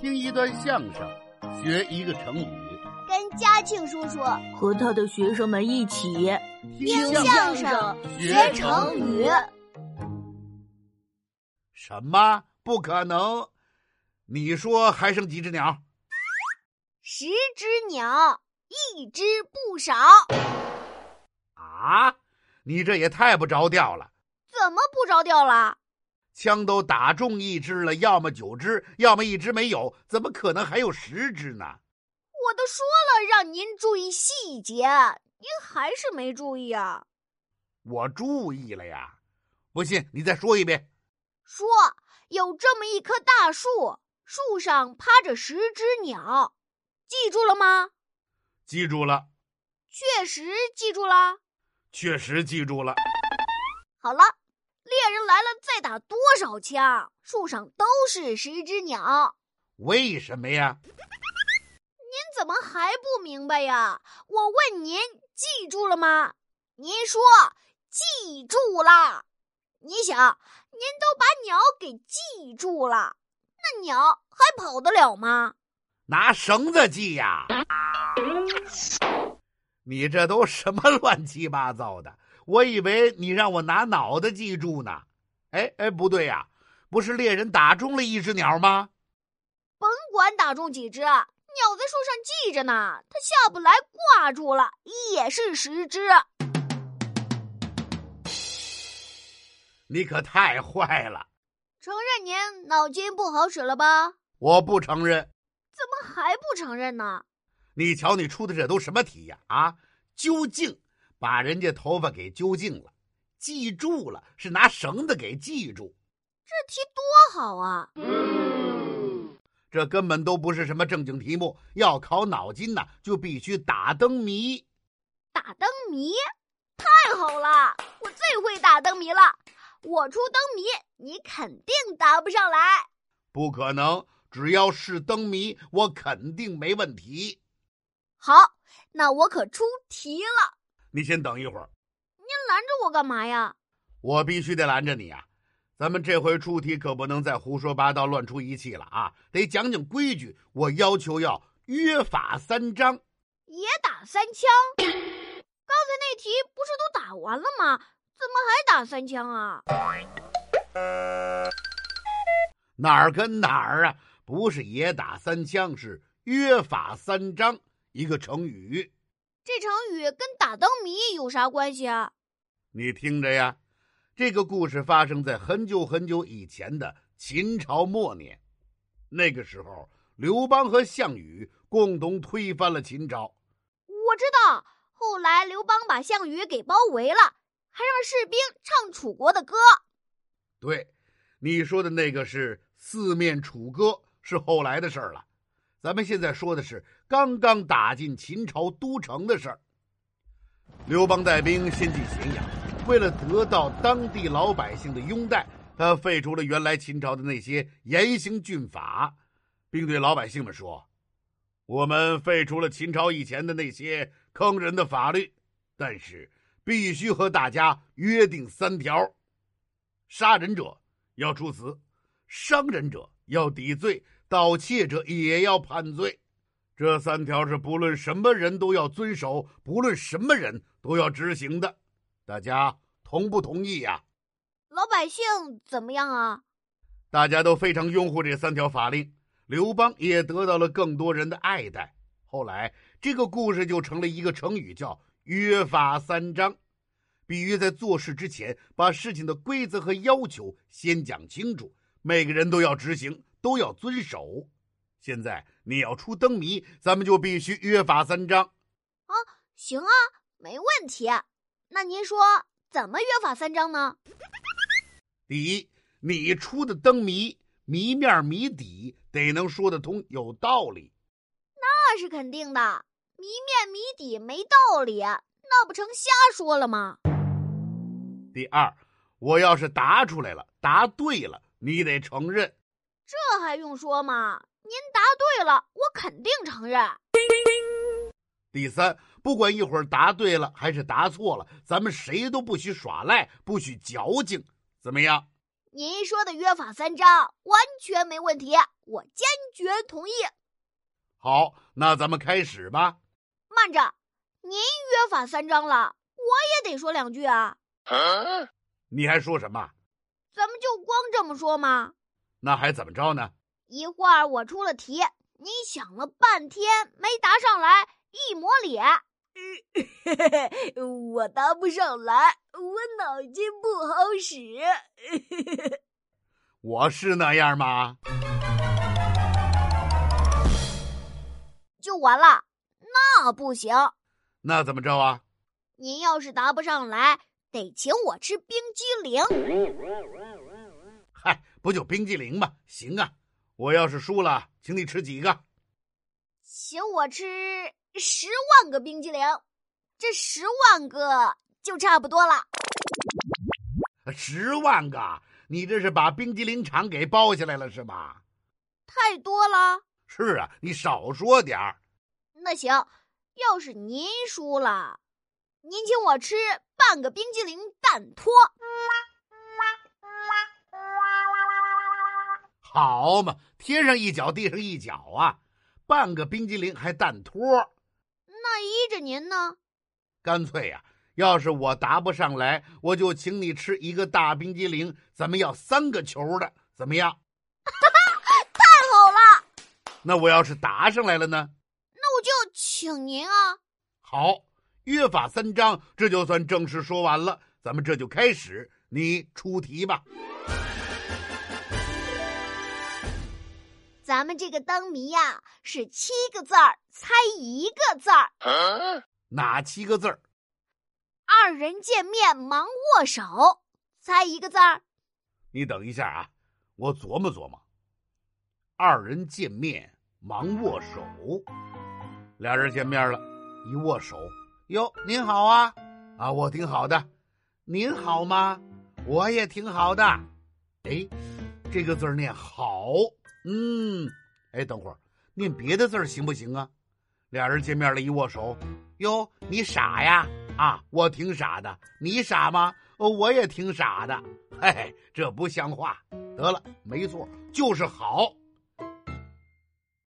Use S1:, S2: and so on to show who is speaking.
S1: 听一段相声，学一个成语，
S2: 跟嘉庆叔叔
S3: 和他的学生们一起。
S2: 听
S1: 相
S2: 相声
S1: 学
S2: 学成语。
S1: 什么？不可能！你说还剩几只鸟？
S2: 十只鸟，一只不少，
S1: 啊，你这也太不着调了！
S2: 怎么不着调了？
S1: 枪都打中一只了，要么九只，要么一只没有，怎么可能还有十只呢？
S2: 我都说了让您注意细节，您还是没注意啊！
S1: 我注意了呀，不信你再说一遍。
S2: 说有这么一棵大树，树上趴着十只鸟，记住了吗？
S1: 记住了，
S2: 确实记住了。
S1: 确实记住了。
S2: 好了，猎人来了，再打多少枪，树上都是十只鸟。
S1: 为什么呀？
S2: 您怎么还不明白呀？我问您，记住了吗？您说记住了。你想，您都把鸟给记住了，那鸟还跑得了吗？
S1: 拿绳子系呀！你这都什么乱七八糟的？我以为你让我拿脑袋记住呢。哎哎，不对呀、不是猎人打中了一只鸟吗？
S2: 甭管打中几只，鸟在树上系着呢，它下不来，挂住了，也是十只。
S1: 你可太坏了！
S2: 承认您脑筋不好使了吧？
S1: 我不承认。
S2: 怎么还不承认呢？
S1: 你瞧你出的这都什么题呀、啊？究竟把人家头发给揪净了，记住了是拿绳子给系住，
S2: 这题多好啊！
S1: 这根本都不是什么正经题目。要考脑筋呢，就必须打灯谜。
S2: 打灯谜，太好了！我最会打灯谜了。我出灯谜，你肯定答不上来。
S1: 不可能，只要是灯谜，我肯定没问题。
S2: 好，那我可出题了。
S1: 你先等一会儿，
S2: 您拦着我干嘛呀？
S1: 我必须得拦着你啊！咱们这回出题可不能再胡说八道、乱出一气了啊，得讲讲规矩。我要求要约法三章。
S2: 也打三枪？刚才那题不是都打完了吗？怎么还打三枪啊？
S1: 哪儿跟哪儿啊？不是也打三枪，是约法三章，一个成语。
S2: 这成语跟打灯谜有啥关系啊？
S1: 你听着呀，这个故事发生在很久很久以前的秦朝末年。那个时候，刘邦和项羽共同推翻了秦朝。
S2: 我知道，后来刘邦把项羽给包围了，还让士兵唱楚国的歌。
S1: 对，你说的那个是四面楚歌，是后来的事儿了。咱们现在说的是刚刚打进秦朝都城的事儿。刘邦带兵先进咸阳，为了得到当地老百姓的拥戴，他废除了原来秦朝的那些严刑峻法，并对老百姓们说：“我们废除了秦朝以前的那些坑人的法律，但是必须和大家约定三条。”杀人者要处死，伤人者要抵罪，盗窃者也要判罪。这三条是不论什么人都要遵守，不论什么人都要执行的。大家同不同意呀、啊
S2: 老百姓怎么样啊？
S1: 大家都非常拥护这三条法令，刘邦也得到了更多人的爱戴。后来，这个故事就成了一个成语，叫“约法三章”，比喻在做事之前把事情的规则和要求先讲清楚，每个人都要执行，都要遵守。现在你要出灯谜，咱们就必须约法三章。
S2: 行啊，没问题。那您说怎么约法三章呢？
S1: 第一，你出的灯谜谜面谜底得能说得通，有道理。
S2: 那是肯定的，谜面谜底没道理，那不成瞎说了吗？
S1: 第二，我要是答出来了，答对了，你得承认。
S2: 这还用说吗？您答对了，我肯定承认。
S1: 第三，不管一会儿答对了还是答错了，咱们谁都不许耍赖，不许矫情，怎么样？
S2: 您说的约法三章完全没问题，我坚决同意。
S1: 好，那咱们开始吧。
S2: 慢着，您约法三章了，我也得说两句啊。
S1: 你还说什么？
S2: 咱们就光这么说吗？
S1: 那还怎么着呢？
S2: 一会儿我出了题，你想了半天没答上来，一抹脸。
S3: 我答不上来，我脑筋不好使。
S1: 我是那样吗？
S2: 就完了。那不行，
S1: 那怎么着啊？
S2: 您要是答不上来，得请我吃冰激凌。
S1: 嗨，不就冰激凌吗？行啊，我要是输了，请你吃几个？
S2: 请我吃十万个冰激凌，这十万个就差不多了。
S1: 十万个？啊你这是把冰激凌厂给包下来了是吧？
S2: 太多了。
S1: 是啊，你少说点儿。
S2: 那行，要是您输了，您请我吃半个冰激凌蛋托。
S1: 好嘛，天上一脚地上一脚啊！半个冰激凌还蛋托，
S2: 那依着您呢？
S1: 干脆呀、要是我答不上来，我就请你吃一个大冰激凌，咱们要三个球的，怎么样？
S2: 太好了，
S1: 那我要是答上来了呢？
S2: 那我就请您啊。
S1: 好，约法三章，这就算正式说完了。咱们这就开始，你出题吧。
S2: 咱们这个灯谜呀、是七个字儿猜一个字儿，
S1: 哪七个字儿？
S2: 二人见面忙握手，猜一个字儿。
S1: 你等一下啊，我琢磨琢磨。二人见面忙握手，俩人见面了，一握手，哟，您好啊，啊，我挺好的，您好吗？我也挺好的。哎，这个字儿念好，嗯，哎，等会儿念别的字儿行不行啊？俩人见面了，一握手，哟，你傻呀？啊，我挺傻的，你傻吗？哦，我也挺傻的。嘿嘿，这不像话。得了，没错，就是好。